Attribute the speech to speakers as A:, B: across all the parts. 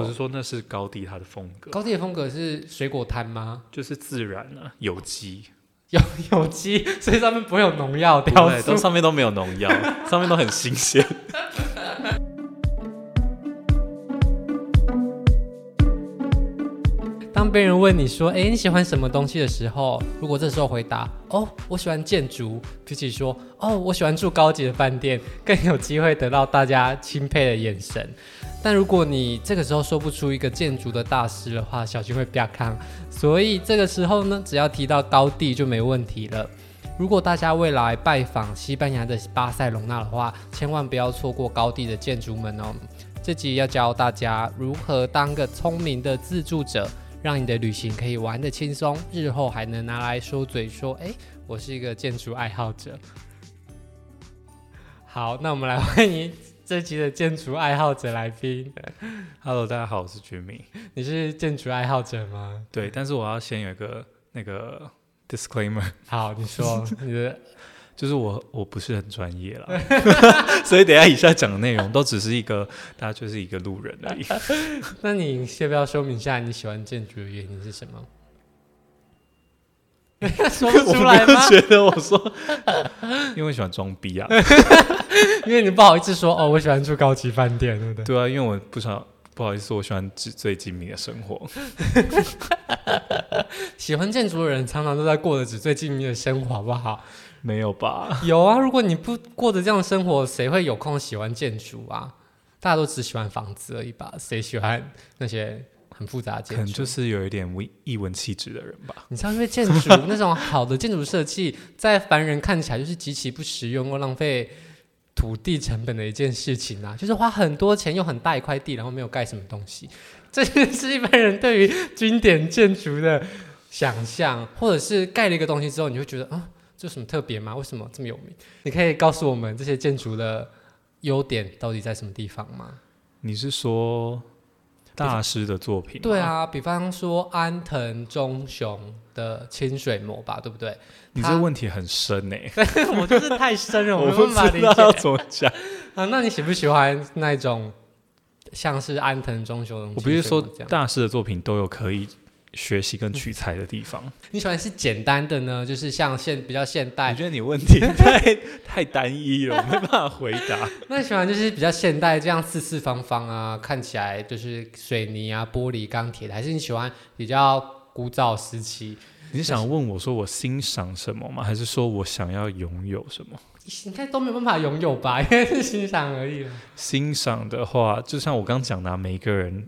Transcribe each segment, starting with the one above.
A: 我是说那是高地它的风格，
B: 高地的风格是水果摊吗？
A: 就是自然啊，有机，
B: 有有机，所以上面不会有农药
A: 不
B: 雕
A: 会
B: 塑
A: 都。上面都没有农药，上面都很新鲜。
B: 当别人问你说：“哎、你喜欢什么东西？”的时候，如果这时候回答：“哦，我喜欢建筑。”比起说：“哦，我喜欢住高级的饭店”，更有机会得到大家钦佩的眼神。但如果你这个时候说不出一个建筑的大师的话，小心会啪康。所以这个时候呢，只要提到高地就没问题了。如果大家未来拜访西班牙的巴塞隆纳的话，千万不要错过高地的建筑们哦。这集要教大家如何当个聪明的自助者，让你的旅行可以玩得轻松，日后还能拿来说嘴说，哎，我是一个建筑爱好者。好，那我们来欢迎这集的建筑爱好者来宾。
A: Hello，大家好，我是 Jimmy。
B: 你是建筑爱好者吗？
A: 对，但是我要先有一个那个 disclaimer，
B: 好，你说你的
A: 就是我我不是很专业 啦，所以等一下以下讲的内容都只是一个大家就是一个路人而已。
B: 那你要不要说明一下你喜欢建筑的原因是 什么？说不
A: 我
B: 出来吗？
A: 觉得我说， 因为我喜欢装逼 啊，
B: 因为你不好意思说哦，我喜欢住高级饭店，对不对？
A: 对啊，因为我不想不好意思，我喜欢纸醉金迷的生活。
B: 喜欢建筑的人常常都在过着纸醉金迷的生活，好不好？
A: 没有吧？
B: 有啊，如果你不过着这样的生活，谁会有空喜欢建筑啊？大家都只喜欢房子而已吧？谁喜欢那些很复杂的
A: 可
B: 建
A: 能
B: 筑？
A: 就是有一点文艺文气质的人吧。
B: 你知道，因为建 筑那种好的建筑设计，在凡人看起来就是极其不实用又浪费土地成本的一件事情啊，就是花很多钱用很大一块地，然后没有盖什么东西。这就是 一般人对于经典建筑的想象，或者是盖了一个东西之后，你会觉得啊，这有什么特别吗？为什么这么有名？你可以告诉我们这些建筑的优点到底在什么地方吗？
A: 你是说大师的作品？
B: 对，啊，比方说安藤忠雄的清水模吧，对不对？
A: 你这个问题很深呢、
B: 我就是太深了，我
A: 我
B: 没
A: 不
B: 办法理
A: 知道要
B: 解
A: 怎么讲。
B: 啊。那你喜不喜欢那种像是安藤忠雄？
A: 我不是说
B: 这样，
A: 大师的作品都有可以学习跟取材的地方。
B: 你喜欢是简单的呢，就是像现比较现
A: 我
B: 代。
A: 觉得你问题太太单一了，我没办法回答。
B: 那你喜欢就是比较现代，这样四四方方啊，看起来就是水泥啊、玻璃、钢铁的，还是你喜欢比较古早时期？
A: 你是想问我说我欣赏什么吗？还是说我想要拥有什么？
B: 应该都没有办法拥有吧，因 为是欣赏而已了。
A: 欣赏的话，就像我刚讲的啊、每一个人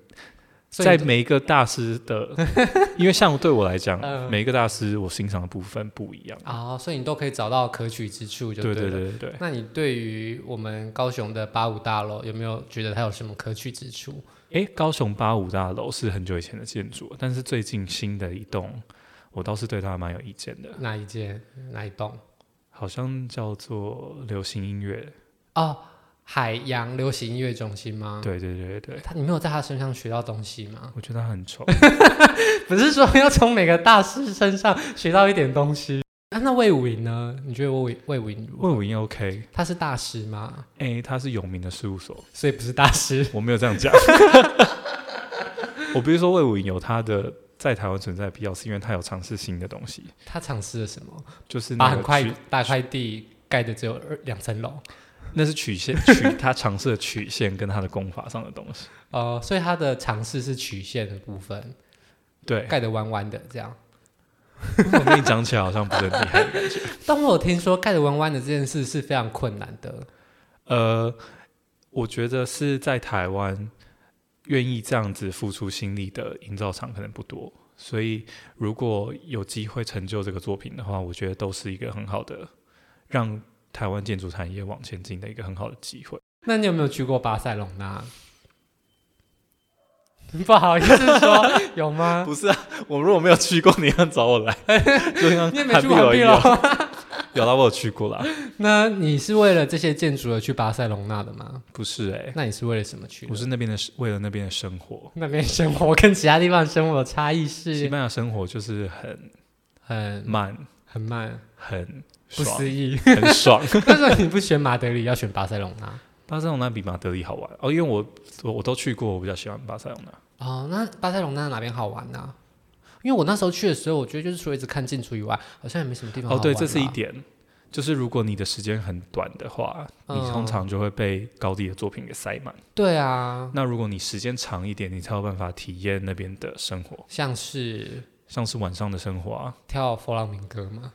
B: 所以
A: 在
B: 你
A: 每一个大师的， 因为像对我来讲，
B: 嗯
A: 每一个大师我欣赏的部分不一样。
B: 啊、所以你都可以找到可取之处就
A: 对
B: 对
A: 对
B: 了。
A: 对对。
B: 那你对于我们高雄的八五大楼有没有觉得它有什么可取之处？
A: 诶，高雄八五大楼是很久以前的建筑，但是最近新的一栋，我倒是对它蛮有意见的，
B: 哪一间哪一栋？
A: 好像叫做流行音乐。
B: 哦，海洋流行音乐中心吗？
A: 对对对对，
B: 他，你没有在他身上学到东西吗？
A: 我觉得它很 丑。
B: 不是说要从每个大师身上学到一点东西。啊、那魏武营呢？你觉得魏武魏武营如何
A: 魏武营 OK，
B: 他是大师吗？
A: 诶，它是有名的事务所，
B: 所以不是大师。
A: 我没有这 样讲。我不是说魏武营有它的在台湾存在的必要，是因为它有尝试新的东西，
B: 他尝试了什么？
A: 就是
B: 把
A: 那
B: 很
A: 个
B: 块
A: 曲
B: 大块地盖的只有二两层楼。
A: 那是曲线曲，它尝试的曲线跟它的功法上的东西。
B: 哦，所以他的尝试是曲线的部分，
A: 对，
B: 盖的弯弯的这样。
A: 我跟你讲起来好像不是很厉害的感觉。
B: 但我有听说盖的弯弯的这件事是非常困难的。
A: 呃，我觉得是在台湾愿意这样子付出心力的营造厂可能不多，所以如果有机会成就这个作品的话，我觉得都是一个很好的让台湾建筑产业往前进的一个很好的机会。
B: 那你有没有去过巴塞隆纳？ 不好意思说， 有吗？
A: 不是啊，我如果没有去过，你要找我 来，就像
B: 你也没去过
A: 韩碧
B: 韩碧
A: 楼一样。
B: 楼。
A: 有啦，我有去过啦。
B: 那你是为了这些建筑而去巴塞隆纳的吗？
A: 不是哎、
B: 那你是为了什么去的？
A: 我是那边的，为了那边的生活。
B: 那边生活跟其他地方生活的差异
A: 西
B: 是
A: 班牙生活就是很
B: 很
A: 慢，
B: 很慢，
A: 很
B: 不
A: 爽，
B: 思议。
A: 很爽。
B: 但是你不选马德里，要选巴塞隆纳？
A: 巴塞隆那比马德里好玩哦，因为我我我都去过，我比较喜欢巴塞隆那。
B: 哦，那巴塞隆那哪边好玩啊呢、因为我那时候去的时候，我觉得就是除了一直看建筑以外，好像也没什么地方好
A: 哦，
B: 玩啊
A: 对，这是一
B: 啦。
A: 点，就是如果你的时间很短的话，你
B: 嗯
A: 通常就会被高地的作品给塞满。
B: 对啊，
A: 那如果你时间长一点，你才有办法体验那边的生活，
B: 像是
A: 像是晚上的生活啊，
B: 跳佛朗明哥嘛。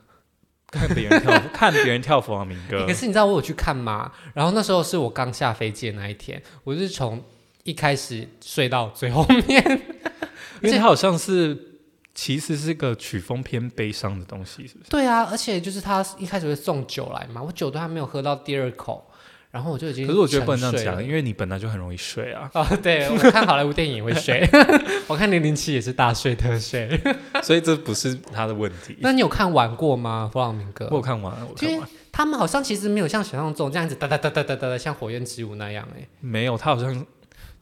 A: 看别人 跳，看别人跳佛朗明哥
B: 哎可。是你知道我有去看吗？然后那时候是我刚下飞机的那一天，我是从一开始睡到最后 面。
A: 因为它好像是其实是个曲风偏悲伤的东西，是不是？
B: 对啊，而且就是他一开始会送酒来嘛，我酒都还没有喝到第二口，然后我就已经
A: 可是我觉得不能这
B: 沉
A: 样
B: 睡
A: 讲，
B: 了。，
A: 因为你本来就很容易睡啊
B: 哦， 对，我看好莱坞电影也会睡， 我看零零七也是大睡特睡。
A: 所以这不是他的问题。
B: 那你有看完过吗？弗朗明哥
A: 我？有看完，我
B: 因
A: 看
B: 为
A: 完
B: 他们好像其实没有像想象中这样子哒哒哒哒哒哒哒像火焰之舞那样哎、。
A: 没有，他好像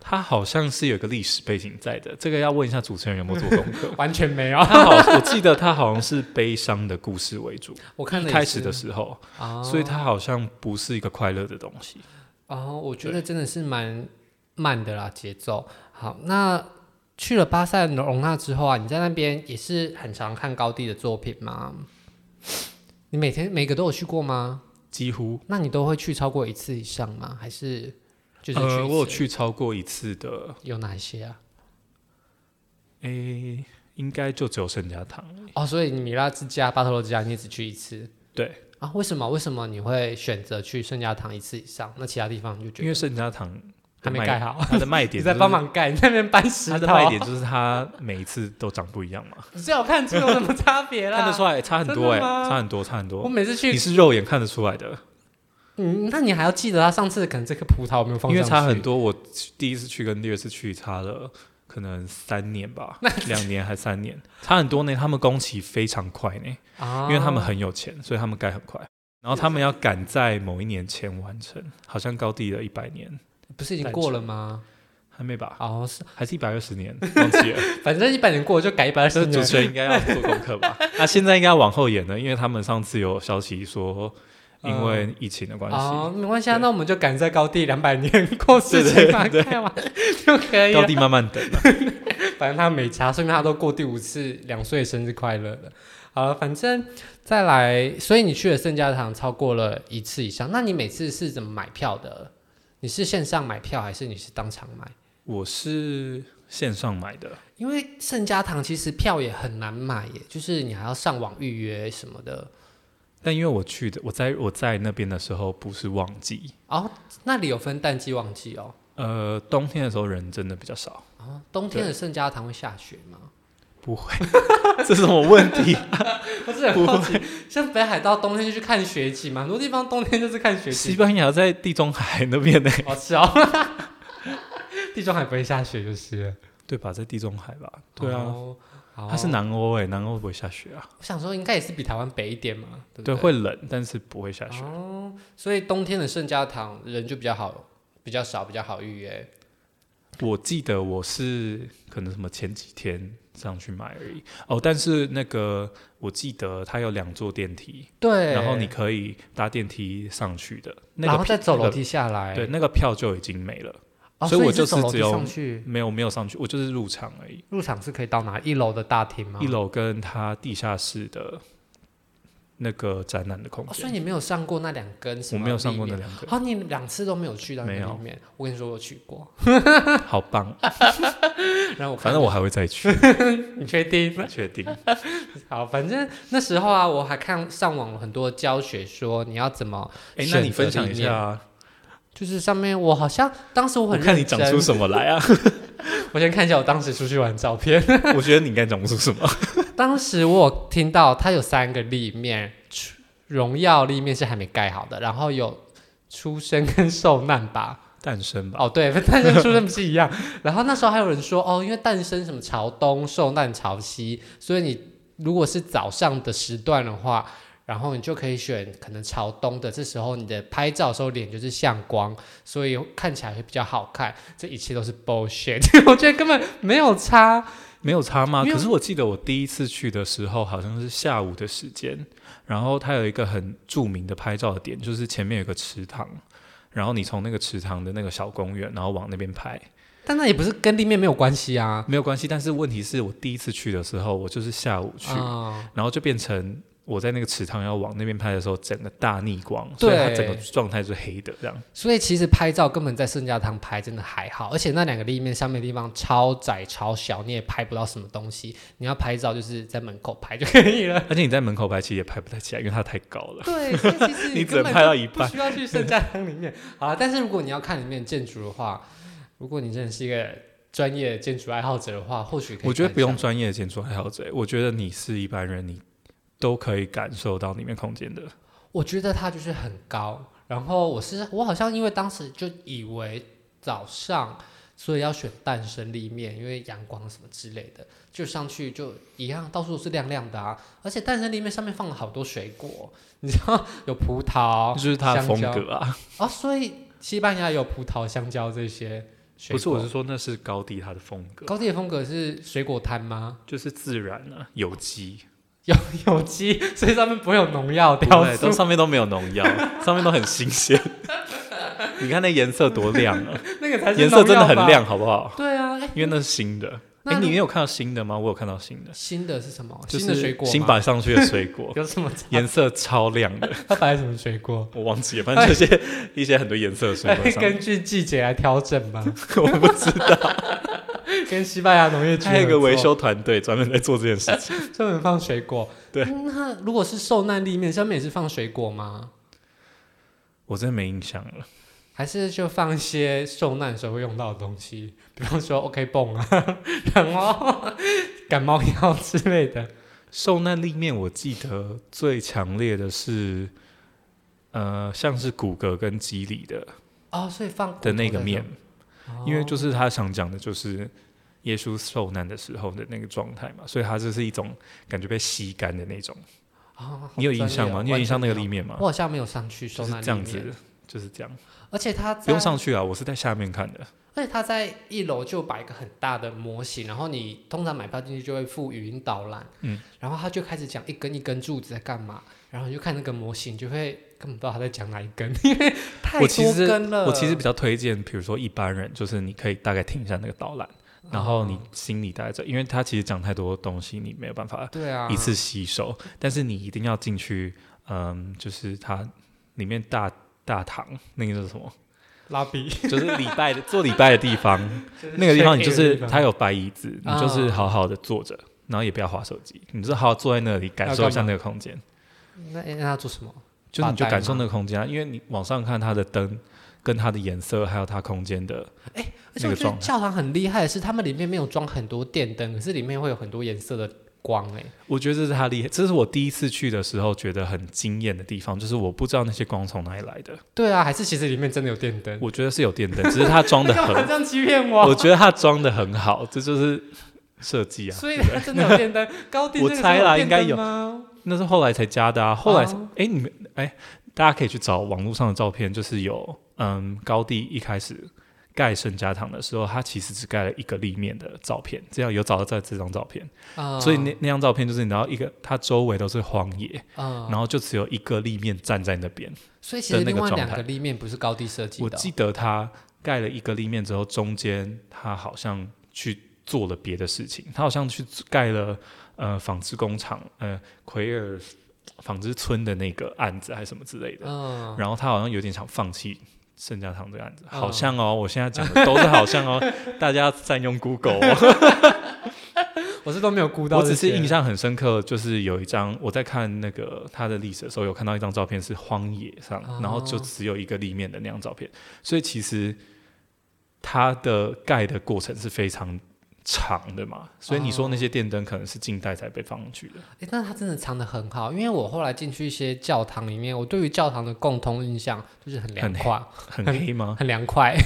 A: 他好像是有一个历史背景在的，这个要问一下主持人有没有做功课
B: 完全没有。
A: 他好，我记得他好像是悲伤的故事为主，
B: 我看了
A: 一
B: 也
A: 开始
B: 是
A: 的时候，
B: 哦
A: 所以他好像不是一个快乐的东西。
B: 哦，我觉得真的是蛮慢的啦，节奏。好，那去了巴塞隆纳之后啊，你在那边也是很常看高地的作品吗？你每天每个都有去过吗？
A: 几乎，
B: 那你都会去超过一次以上吗？还是就是去一次、
A: 呃，我有去超过一次的，
B: 有哪一些啊？
A: 诶，应该就只有圣家堂而已。
B: 哦，所以你米拉之家、巴特罗之家，你也只去一次
A: 对，
B: 啊？为什么？为什么你会选择去圣家堂一次以上？那其他地方你就觉
A: 因
B: 得
A: 为圣家堂的
B: 还没
A: 卖
B: 盖好
A: 它的卖
B: 你
A: 点
B: 在
A: 就是
B: 帮忙盖，你在那边搬石
A: 它的
B: 头，
A: 卖点就是它每一次都长不一样嘛，
B: 你最好看出有什么差别啦？
A: 看得出来差很多哎、
B: 真的吗
A: 差很多，差很
B: 我
A: 多。
B: 每次去
A: 你是肉眼看得出来的，
B: 嗯，那你还要记得他上次可能这颗葡萄有没有放
A: 因
B: 上去？
A: 为差很多。我第一次去跟第二次去差了可能三年吧，两年还三年， 差很多呢。他们工期非常快呢，
B: 啊
A: 因为他们很有钱，所以他们盖很快。然后他们要赶在某一年前完成，好像高地的一百年
B: 不是已经过了吗？
A: 还没吧，
B: 哦，是，
A: 还是一百二十年，忘记了。
B: 反正一百年过了就改一百二
A: 这
B: 十
A: 主
B: 年。
A: 持人应该要做功课 吧？那现在应该要往后延了，因为他们上次有消息说，因为疫情的关系，
B: 哦，没关系啊，
A: 对
B: 那我们就赶在高地两百年过世情把它盖完就可以
A: 高
B: 了。
A: 地慢慢等啊。
B: 反正他没差，说明他都过第五次两岁生日快乐了。好了，反正再来，所以你去了圣家堂超过了一次以上，那你每次是怎么买票的？你是线上买票还是你是当场买？
A: 我是线上买的，
B: 因为圣家堂其实票也很难买耶，就是你还要上网预约什么的。
A: 但因为我去的，我在我在那边的时候不是旺季，
B: 哦，那里有分淡季旺季哦。
A: 呃，冬天的时候人真的比较少。
B: 哦，冬天的圣家堂会下雪 吗？
A: 不会， 这是什么问 题？
B: 我是很好奇，像北海道冬天就去看雪景嘛，很多地方冬天就是看雪
A: 西
B: 景。
A: 班牙在地中海那边呢、
B: 好吃哦， 地中海不会下雪就是了。
A: 对吧？在地中海吧？对啊，
B: 哦，好
A: 它是南欧哎、南欧不会下雪啊。
B: 我想说应该也是比台湾北一点嘛，对不
A: 对，
B: 对？
A: 会冷，但是不会下雪。
B: 哦，所以冬天的圣家堂人就比较好，比较少，比较好预约。
A: 我记得我是可能什么前几天上去买而已哦，但是那个我记得它有两座电梯，
B: 对，
A: 然后你可以搭电梯上去的，那个
B: 然后再走楼
A: 那
B: 梯下来。
A: 个对，那个票就已经没了，
B: 哦，
A: 所以我
B: 你
A: 就是
B: 走楼
A: 只
B: 梯
A: 有
B: 上去。
A: 没有没有上去，我就是入场而已，
B: 入场是可以到哪一楼的大厅吗？
A: 一、楼跟它地下室的那个展览的空
B: 哦。所以
A: 间，
B: 你没有上过那两根什
A: 我
B: 么？
A: 没有上过那。两个，
B: 哦，你两次都没有去到那
A: 没
B: 个
A: 有
B: 里面。我跟你说，我有去 过。
A: 好棒，
B: 然后我
A: 反正我还会再 去，
B: 看，你确定？
A: 确定。
B: 好，反正那时候啊，我还看上网很多教学，说你要怎么，
A: 哎，那
B: 选
A: 你
B: 择
A: 分享
B: 理
A: 一
B: 念
A: 下啊，
B: 就是上面我好像当时我
A: 我
B: 很
A: 看你
B: 认
A: 长
B: 真
A: 出什么来啊？
B: 我先看一下我当时出去玩的照片。
A: 我觉得你应该长不出什么。
B: 当时我有听到它有三个立面，出荣耀立面是还没盖好的，然后有出生跟受难吧，
A: 诞生吧，
B: 哦，对， 诞生出生不是一样。然后那时候还有人说，哦，因为诞生什么朝东，受难朝西，所以你如果是早上的时段的话，然后你就可以选可能朝东的，这时候你的拍照的时候脸就是向光，所以看起来会比较好看。这一切都是 bullshit，我 觉得根本没有差。
A: 没有差吗？
B: 没有
A: 可是我记得我第一次去的时候，好像是下午的时间，然后它有一个很著名的拍照的点，就是前面有个池塘，然后你从那个池塘的那个小公园，然后往那边拍，
B: 但那也不是跟立面没有关系啊。
A: 没有关系。但是问题是我第一次去的时候，我就是下午去，
B: 啊、
A: 然后就变成我在那个池塘要往那边拍的时候，整个大逆光，
B: 对
A: 所以它整个状态是黑的这样。
B: 所以其实拍照根本在圣家堂拍真的还好，而且那两个立面上面的地方超窄超小，你也拍不到什么东西。你要拍照就是在门口拍就可以了。
A: 而且你在门口拍，其实也拍不太起来，因为它太高了。
B: 对，所以其实
A: 你只
B: 根
A: 能
B: 本
A: 拍到一
B: 不
A: 半。
B: 需要去圣家堂里面。好啦，但是如果你要看里面的建筑的话，如果你真的是一个专业的建筑爱好者的话，或许可以
A: 我觉得
B: 看一
A: 不用
B: 下
A: 专业的建筑爱好者，我觉得你是一般人，你都可以感受到里面空间的。
B: 我觉得它就是很高。然后我是我好像因为当时就以为早上，所以要选淡生立面，因为阳光什么之类的，就上去就一样，到处都是亮亮的啊。而且淡生立面上面放了好多水果，你知道有葡萄，
A: 就是它的
B: 哦香
A: 风
B: 蕉
A: 格啊，
B: 哦，所以西班牙有葡萄、香蕉这些水
A: 不是，
B: 果。
A: 我是说那是高地它的风格，
B: 高地的风格是水果摊吗？
A: 就是自然啊，有机，
B: 有有机，所以上面不会有农药
A: 对
B: 雕
A: 不对，
B: 塑
A: 都，上面都没有农药，上面都很新鲜。 你看那颜色多亮啊，
B: 那个才是
A: 颜色真的很
B: 农药吧。
A: 亮，好不好？
B: 对啊，哎
A: 因为那是新的。
B: 那
A: 哎，
B: 如
A: 你有看到新的吗？我有看到新的，
B: 新的是什么？
A: 就是
B: 新的水果吗
A: 新摆上去的水 果，
B: 有什么差？
A: 颜色超亮的，
B: 它摆什么水果？
A: 我忘记了，反正这些一些很多颜色的水果
B: 哎
A: 上面
B: 根据季节来调整吧，
A: 我 不知道。
B: 跟西班牙农业局
A: 还有一个
B: 合作
A: 维修团队专门在做这件事情。
B: 专门放水果。
A: 对
B: 嗯那如果是受难立面，上面也是放水果吗？
A: 我真的没印象了，
B: 还是就放一些受难的时候会用到的东西，比方说 OK 泵啊， 然后 感冒药之类的。
A: 受难立面我记得最强烈的是，呃，像是骨骼跟肌理的
B: 哦，所以放骨
A: 的那
B: 头
A: 个
B: 在
A: 面，
B: 上面，
A: 因为
B: 哦
A: 就是他想讲的就是耶稣受难的时候的那个状态嘛，所以他就是一种感觉被吸干的那种。
B: 哦
A: 你有
B: 好专
A: 印象
B: 业
A: 吗？
B: 哦
A: 你有印象那个立？
B: 完
A: 面
B: 全没
A: 吗
B: 有我？好像没有上去受
A: 就
B: 难
A: 是
B: 立
A: 这样
B: 面
A: 子，就是这样，
B: 而且它
A: 不用
B: 在
A: 上去啊，我是在下面看的。
B: 而且它在一楼就摆一个很大的模型，然后你通常买票进去就会附语音导览，
A: 嗯，
B: 然后他就开始讲一根一根柱子在干嘛，然后你就看那个模型，就会根本不知道他在讲哪一 根，因为太
A: 我其
B: 多
A: 实
B: 根了。
A: 我其实比较推荐，比如说一般人，就是你可以大概听一下那个导览，
B: 嗯
A: 然后你心里待着，因为他其实讲太多东西，你没有办法
B: 对啊，
A: 一次吸收，但是你一定要进去，嗯，就是它里面大大堂那个叫什么，
B: 拉比
A: 就是礼拜的做礼拜的地方，那个地方你就是它有白椅子，你就是
B: 啊
A: 好好的坐着。然后也不要划手机，你就好好坐在那里感受一下那个空间，
B: 那那他做什么？
A: 就是你就
B: 发呆
A: 感受
B: 吗
A: 那个空间啊，因为你往上看它的灯，跟它的颜色，还有它空间的
B: 而且
A: 那个啊
B: 我觉得
A: 状态
B: 教堂很厉害的是，他们里面没有装很多电灯，可是里面会有很多颜色的光、哎，
A: 我觉得这是他厉害，这是我第一次去的时候觉得很惊艳的地方，就是我不知道那些光从哪里来的。
B: 对啊，还是其实里面真的有电灯。
A: 我觉得是有电灯，只是他装的
B: 干嘛
A: 很，
B: 这样欺骗
A: 我
B: 我？
A: 觉得他装的很好，这就是设计啊。
B: 所以它真的有电灯，高地
A: 我
B: 那个
A: 猜
B: 时候
A: 啦
B: 有
A: 应该
B: 电
A: 有
B: 灯吗？
A: 那是后来才加的啊，后来
B: 哦
A: 哎、你们哎、大家可以去找网络上的照片，就是有嗯高地一开始盖圣家堂的时候，他其实只盖了一个立面的照片，这样有找到这这张照片，
B: 啊
A: 所以那那张照片就是你知道一个它周围都是荒野，
B: 啊、
A: 然后就只有一个立面站在那边。
B: 所以其
A: 的
B: 实
A: 那
B: 另
A: 个
B: 外
A: 状
B: 两
A: 态
B: 个立面不是高地设计
A: 我
B: 的哦、
A: 记得他盖了一个立面之后，中间他好像去做了别的事情，他好像去盖了呃纺织工厂，呃奎尔纺织村的那个案子还是什么之类的。
B: 嗯，
A: 然后他好像有点想放弃圣家堂这个案子，
B: 嗯
A: 好像哦，我现在讲的都是好像哦， 大家善用 Google 哦。
B: 我是都没有估到
A: 我
B: 这些，
A: 只是印象很深刻，就是有一张我在看那个他的历史的时候，有看到一张照片是荒野上，
B: 哦
A: 然后就只有一个立面的那张照片，所以其实它的盖的过程是非常长的嘛，所以你说那
B: 哦
A: 些电灯可能是近代才被放上去的，
B: 诶，但它真的藏得很好，因为我后来进去一些教堂里面，我对于教堂的共通印象就是很凉
A: 很黑嗯
B: 快，
A: 很黑吗？
B: 很凉快。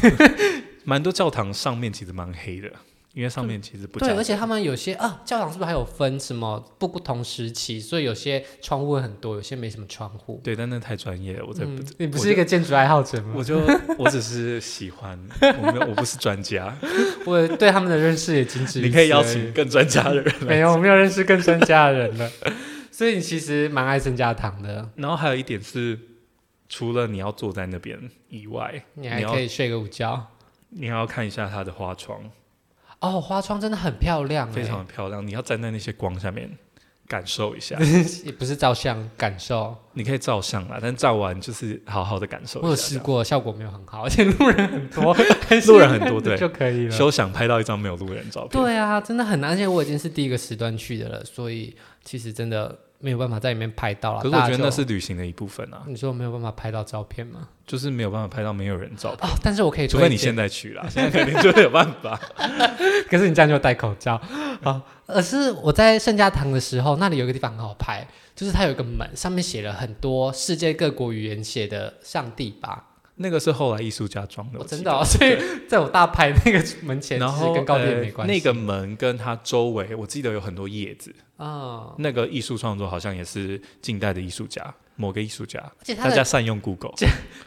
A: 蛮多教堂上面其实蛮黑的，因为上面其 实不
B: 对，
A: 加
B: 而且他们有些啊，教堂是不是还有分什么不不同时期？所以有些窗户会很多，有些没什么窗户。
A: 对，但那太专业了，我才不
B: 嗯，你不
A: 我
B: 是一
A: 就
B: 个建筑爱好者吗？
A: 我就我只是喜欢，我没有我不是专 家，
B: 我对他们的认识也仅止于
A: 你可以
B: 此
A: 邀
B: 而
A: 请
B: 已。
A: 更专家的人来
B: 没有，我没有认识更专家的人了。所以你其实蛮爱圣家堂的。
A: 然后还有一点是，除了你要坐在那边以外，
B: 你
A: 你
B: 还
A: 要
B: 可以睡个午觉。
A: 你要看一下它的花窗，
B: 哦，花窗真的很漂亮、欸，
A: 非常的漂亮。你要站在那些光下面感受一下，
B: 也不是照相感受。
A: 你可以照相啦，但照完就是好好的感受一下。
B: 我有试过，效果没有很好，而且路人很多，还是
A: 路人很多对
B: 就可以
A: 这样，
B: 了。
A: 休想拍到一张没有路人照片。
B: 对啊，真的很难，而且我已经是第一个时段去的了，所以其实真的没有办法在里面拍到了。
A: 可是我觉得
B: 大
A: 那
B: 家就是
A: 旅行的一部分啊，
B: 你说没有办法拍到照片吗？
A: 就是没有办法拍到没有人照片，
B: 哦，但是我可以
A: 除
B: 推
A: 非你
B: 荐
A: 现在去啦，现在肯定就会有办法。
B: 可是你这样就戴口 罩啊。而是我在圣家堂的时候，那里有一个地方很好拍，就是它有一个门，上面写了很多世界各国语言写的上帝吧。
A: 那个是后来艺术家装的，
B: 哦、
A: 我记
B: 真
A: 得
B: 的、哦，所以 在我大拍那个门前，
A: 然
B: 其实
A: 后
B: 跟高地也
A: 呃
B: 没关系。
A: 那个门跟它周围，我记得有很多叶子。
B: 啊、
A: 那个艺术创作好像也是近代的艺术家，某个艺术家，
B: 而且它
A: 大家
B: 的
A: 善用 Google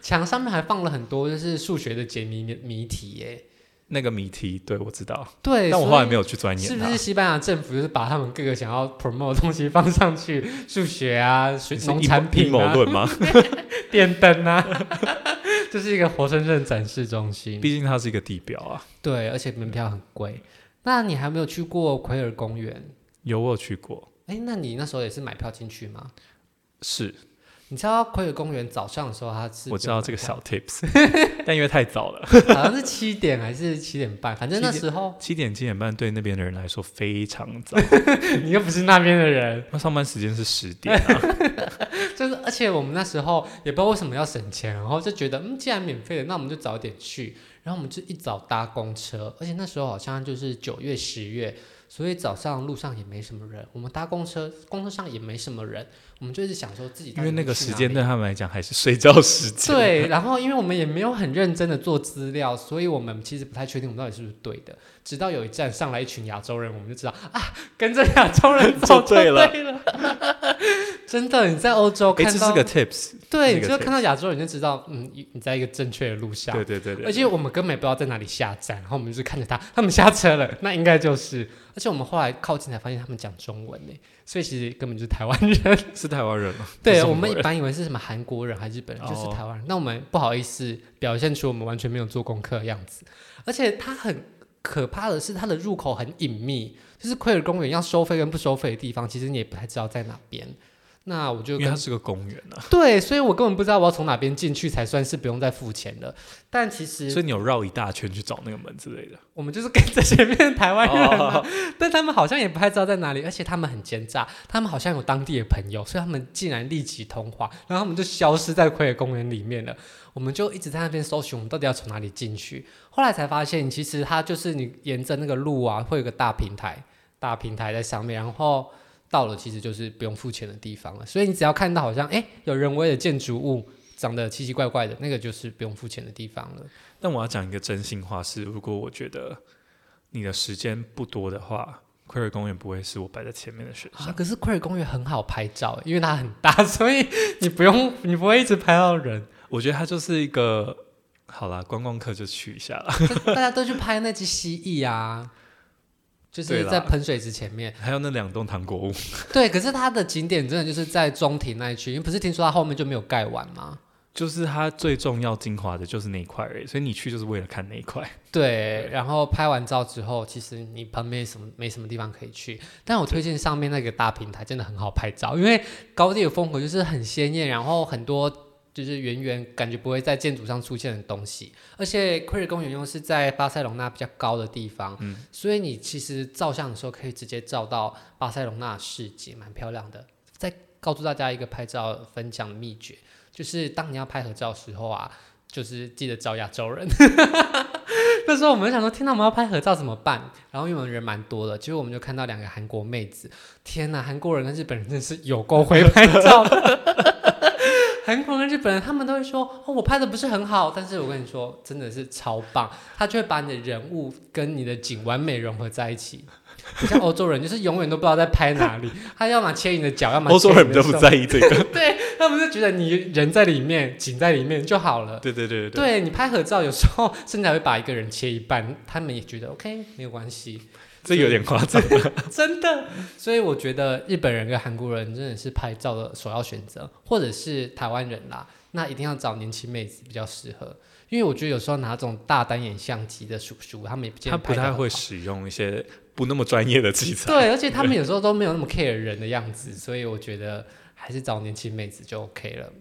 B: 墙上面还放了很多就是数学的解谜谜题耶。
A: 那个谜题，对我知道，
B: 对，
A: 但我后来
B: 所以
A: 没有啊去钻
B: 是
A: 研
B: 不
A: 它
B: 是。西班牙政府就是把他们各个想要 promote 的东西放上去，数学啊、水
A: 你是
B: 农
A: 阴
B: 产
A: 阴
B: 品
A: 谋
B: 啊、
A: 论 吗？
B: 电灯啊， 这是一个活生生的展示中心。
A: 毕竟它是一个地标啊。
B: 对，而且门票很贵。那你还没有去过奎尔公园？
A: 有我有去过，
B: 哎，那你那时候也是买票进去吗？
A: 是
B: 你知道奎尔公园早上的时候它是
A: 我知道这个
B: 小，
A: 小 tips，但因为太早了，
B: 好像是七点还是七点半，反正那时候
A: 七点七点半对那边的人来说非常 早，
B: 你又不是那边的人，
A: 那上班时间是十点 啊。
B: 就是而且我们那时候也不知道为什么要省钱，然后就觉得嗯，既然免费的，那我们就早点去。然后我们就一早搭公车，而且那时候好像就是九月、十月，所以早上路上也没什么人。我们搭公车，公车上也没什么人，我们就一直想说自己到
A: 因
B: 底
A: 为那个
B: 去
A: 时
B: 哪
A: 间
B: 里
A: 对他们来讲还是睡觉时间。，
B: 对，然后因为我们也没有很认真的做资料，所以我们其实不太确定我们到底是不是对的。直到有一站上来一群亚洲人，我们就知道啊，跟着亚洲 人走
A: 就
B: 就
A: 对了
B: 了。 真的，你在欧洲
A: 哎，这
B: 看
A: 是
B: 到，
A: 个 tips。
B: 对，
A: 这
B: 你
A: 个
B: 就看到亚洲人就知道，嗯，你你在一个正确的路上。
A: 对对对对，
B: 而且我们根本也不知道在哪里下站，然后我们就是看着他，他们下车了，那应该就是。而且我们后来靠近才发现他们讲中文呢，所以其实根本就是台湾人。
A: 是台湾人吗？不
B: 对
A: 是
B: 我
A: 美国
B: 们一
A: 人
B: 般以为是什么韩国人还是日本人，就是
A: 哦
B: 台湾人。那我们不好意思表现出我们完全没有做功课的样子，而且它很可怕的是，它的入口很隐秘，就是奎尔公园要收哦费跟不收费的地方，其实你也不太知道在哪边。那我就
A: 因为它
B: 跟
A: 是个公园啊，
B: 对，所以我根本不知道我要从哪边进去才算是不用再付钱了。但其
A: 所
B: 实
A: 以你有绕一大圈去找那个门之类的。
B: 我们就是跟着前面的台湾人、啊，
A: 哦
B: 但他们好像也不太知道在哪里，而且他们很奸诈，他们好像有当地的朋友，所以他们竟然立即通话，然后他们就消失在奎尔公园里面了。我们就一直在那边搜寻，我们到底要从哪里进去？后来才发现，其实它就是你沿着那个路啊，会有个大平台，大平台在上面，然后到了其实就是不用付钱的地方了。所以你只要看到好像诶有人为的建筑物长得奇奇怪怪的，那个就是不用付钱的地方了。
A: 但我要讲一个真心话是，如果我觉得你的时间不多的话，奎尔公园不会是我摆在前面的选项。
B: 啊，可是奎尔公园很好拍照，因为它很大， 所以你不用，你不会一直拍到人。
A: 我觉得它就是一个好啦，观光客就去一下啦。
B: 大家都去拍那只蜥蜴 啊，就是
A: 对啦
B: 在喷水池前面。
A: 还有那两栋糖果屋，
B: 对，可是它的景点真的就是在中庭那一区，因为不是听说它后面就没有盖完吗？
A: 就是它最重要精华的就是那一块而已，所以你去就是为了看那一块。
B: 对，然后拍完照之后，其实你旁边什么没什么地方可以去，但我推荐上面那个大平台真的很好拍照，因为高地的风格就是很鲜艳，然后很多就是远远感觉不会在建筑上出现的东西，而且奎尔公园又是在巴塞隆纳比较高的地方，
A: 嗯
B: 所以你其实照相的时候可以直接照到巴塞隆纳的市集，蛮漂亮的。再告诉大家一个拍照分享的秘诀，就是当你要拍合照的时候啊，就是记得找亚洲人。 那时候我们就想说，天哪，我们要拍合照怎么办？然后因为我们人蛮多的，结果我们就看到两个韩国妹子，天哪，韩国人跟日本人真是有够会拍照的。 韩国人跟日本人，他们都会说哦，我拍的不是很好，但是我跟你说，哦真的是超棒，他就会把你的人物跟你的景完美融合在一起。不像欧洲人，就是永远都不知道在拍哪里，他要么切你的脚，要么
A: 欧洲
B: 切
A: 人
B: 你
A: 比
B: 的
A: 较不
B: 手
A: 在意这个。
B: 对 他们就觉得你人在里面，景在里面就好了。
A: 对对对对对，
B: 对你拍合照，有时候甚至还会把一个人切一半，他们也觉得 OK 没有关系，
A: 这有点夸张。
B: 真的。所以我觉得日本人跟韩国人真的是拍照的首要选择，或者是台湾人啦。那一定要找年轻妹子比较适合，因为我觉得有时候拿这种大单眼相机的叔叔，他们也不见
A: 他
B: 得
A: 不
B: 拍得
A: 太
B: 很
A: 会
B: 好
A: 使用一些不那么专业的器材。
B: 对，而且他们有时候都没有那么 care 人的样子，所以我觉得还是找年轻妹子就 OK 了。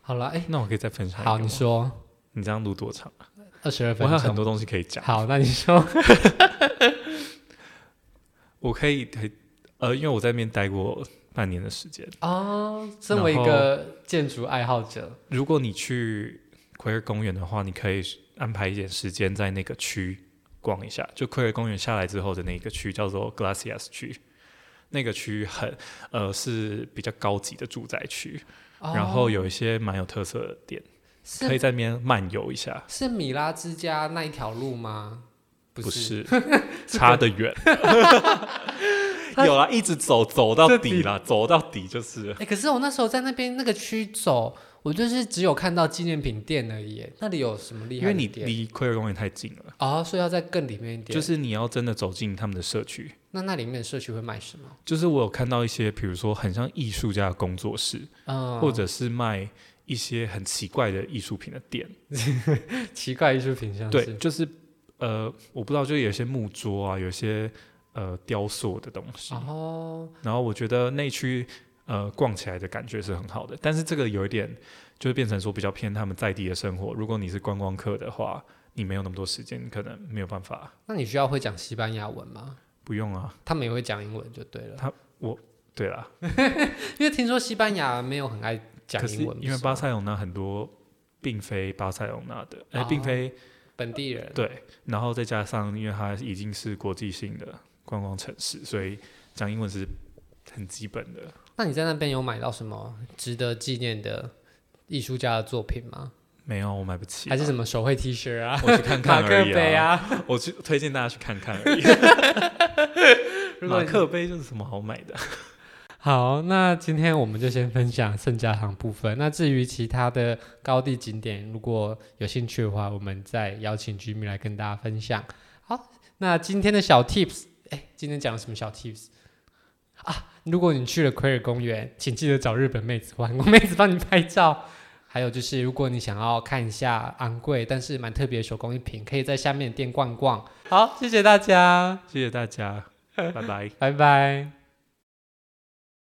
B: 好了，哎、
A: 那我可以再分享一个吗。
B: 好，你说
A: 你这样录多长？
B: 二十二
A: 我
B: 分
A: 还有很
B: 钟，
A: 多东西可以讲。
B: 好，那你说，
A: 我可以，可以呃，因为我在那边待过半年的时间。
B: 哦，身为一个建筑爱好者，
A: 如果你去奎尔公园的话，你可以安排一点时间在那个区逛一下。就奎尔公园下来之后的那个区叫做 Glacias 区，那个区很呃是比较高级的住宅区，
B: 哦
A: 然后有一些蛮有特色的店，可以
B: 是
A: 在那边漫游一下。
B: 是米拉之家那一条路吗？
A: 不
B: 是，
A: 是， 差得远。 有啦，一直走走到底啦，走到底就是了
B: 哎、可是我那时候在那边那个区走，我就是只有看到纪念品店而已耶，那里有什么厉
A: 因
B: 害
A: 为
B: 的
A: 你
B: 店？
A: 离奎尔公园太近了，
B: 哦，所以要在更里面一点。
A: 就是你要真的走进他们的社区。
B: 那那里面的社区会卖什么？
A: 就是我有看到一些，比如说很像艺术家的工作室，
B: 嗯，
A: 或者是卖一些很奇怪的艺术品的店。
B: 哦奇怪艺术品像
A: 对
B: 啊是，
A: 就是呃，我不知道，就有一些木桌啊，有一些呃雕塑的东西。
B: 哦，
A: 然后我觉得内区呃逛起来的感觉是很好的，但是这个有一点就是变成说比较偏他们在地的生活。如果你是观光客的话，你没有那么多时间，你可能没有办法。
B: 那你需要会讲西班牙文吗？
A: 不用啊，
B: 他们也会讲英文就对了，
A: 对啦，
B: 因为听说西班牙没有很爱讲
A: 可是
B: 英文，
A: 因为
B: 不是吗
A: 巴塞隆那很多并非巴塞隆那的，哎、
B: 哦
A: 并非
B: 本地人
A: 对，然后再加上因为它已经是国际性的观光城市，所以讲英文是很基本的。
B: 那你在那边有买到什么值得纪念的艺术家的作品吗？
A: 没有，我买不起啊、
B: 还是什么手绘 T 恤啊、
A: 我去看看而
B: 马克
A: 已
B: 杯
A: 啊！
B: 啊？
A: 我去推荐大家去看看而已。
B: 如果
A: 马
B: 你
A: 克杯就是什么好买的？
B: 好，那今天我们就先分享圣家堂部分。那至于其他的高地景点，如果有兴趣的话，我们再邀请 Jimmy 来跟大家分享。好，那今天的小 Tips，哎，今天讲了什么小 Tips 啊？如果你去了奎尔公园，请记得找日本妹子或韩国妹 子帮你拍照。还有就是，如果你想要看一下昂贵但是蛮特别的手工艺品，可以在下面的店逛逛。好，谢 谢大家。
A: 谢谢大家， 拜拜。
B: 拜拜。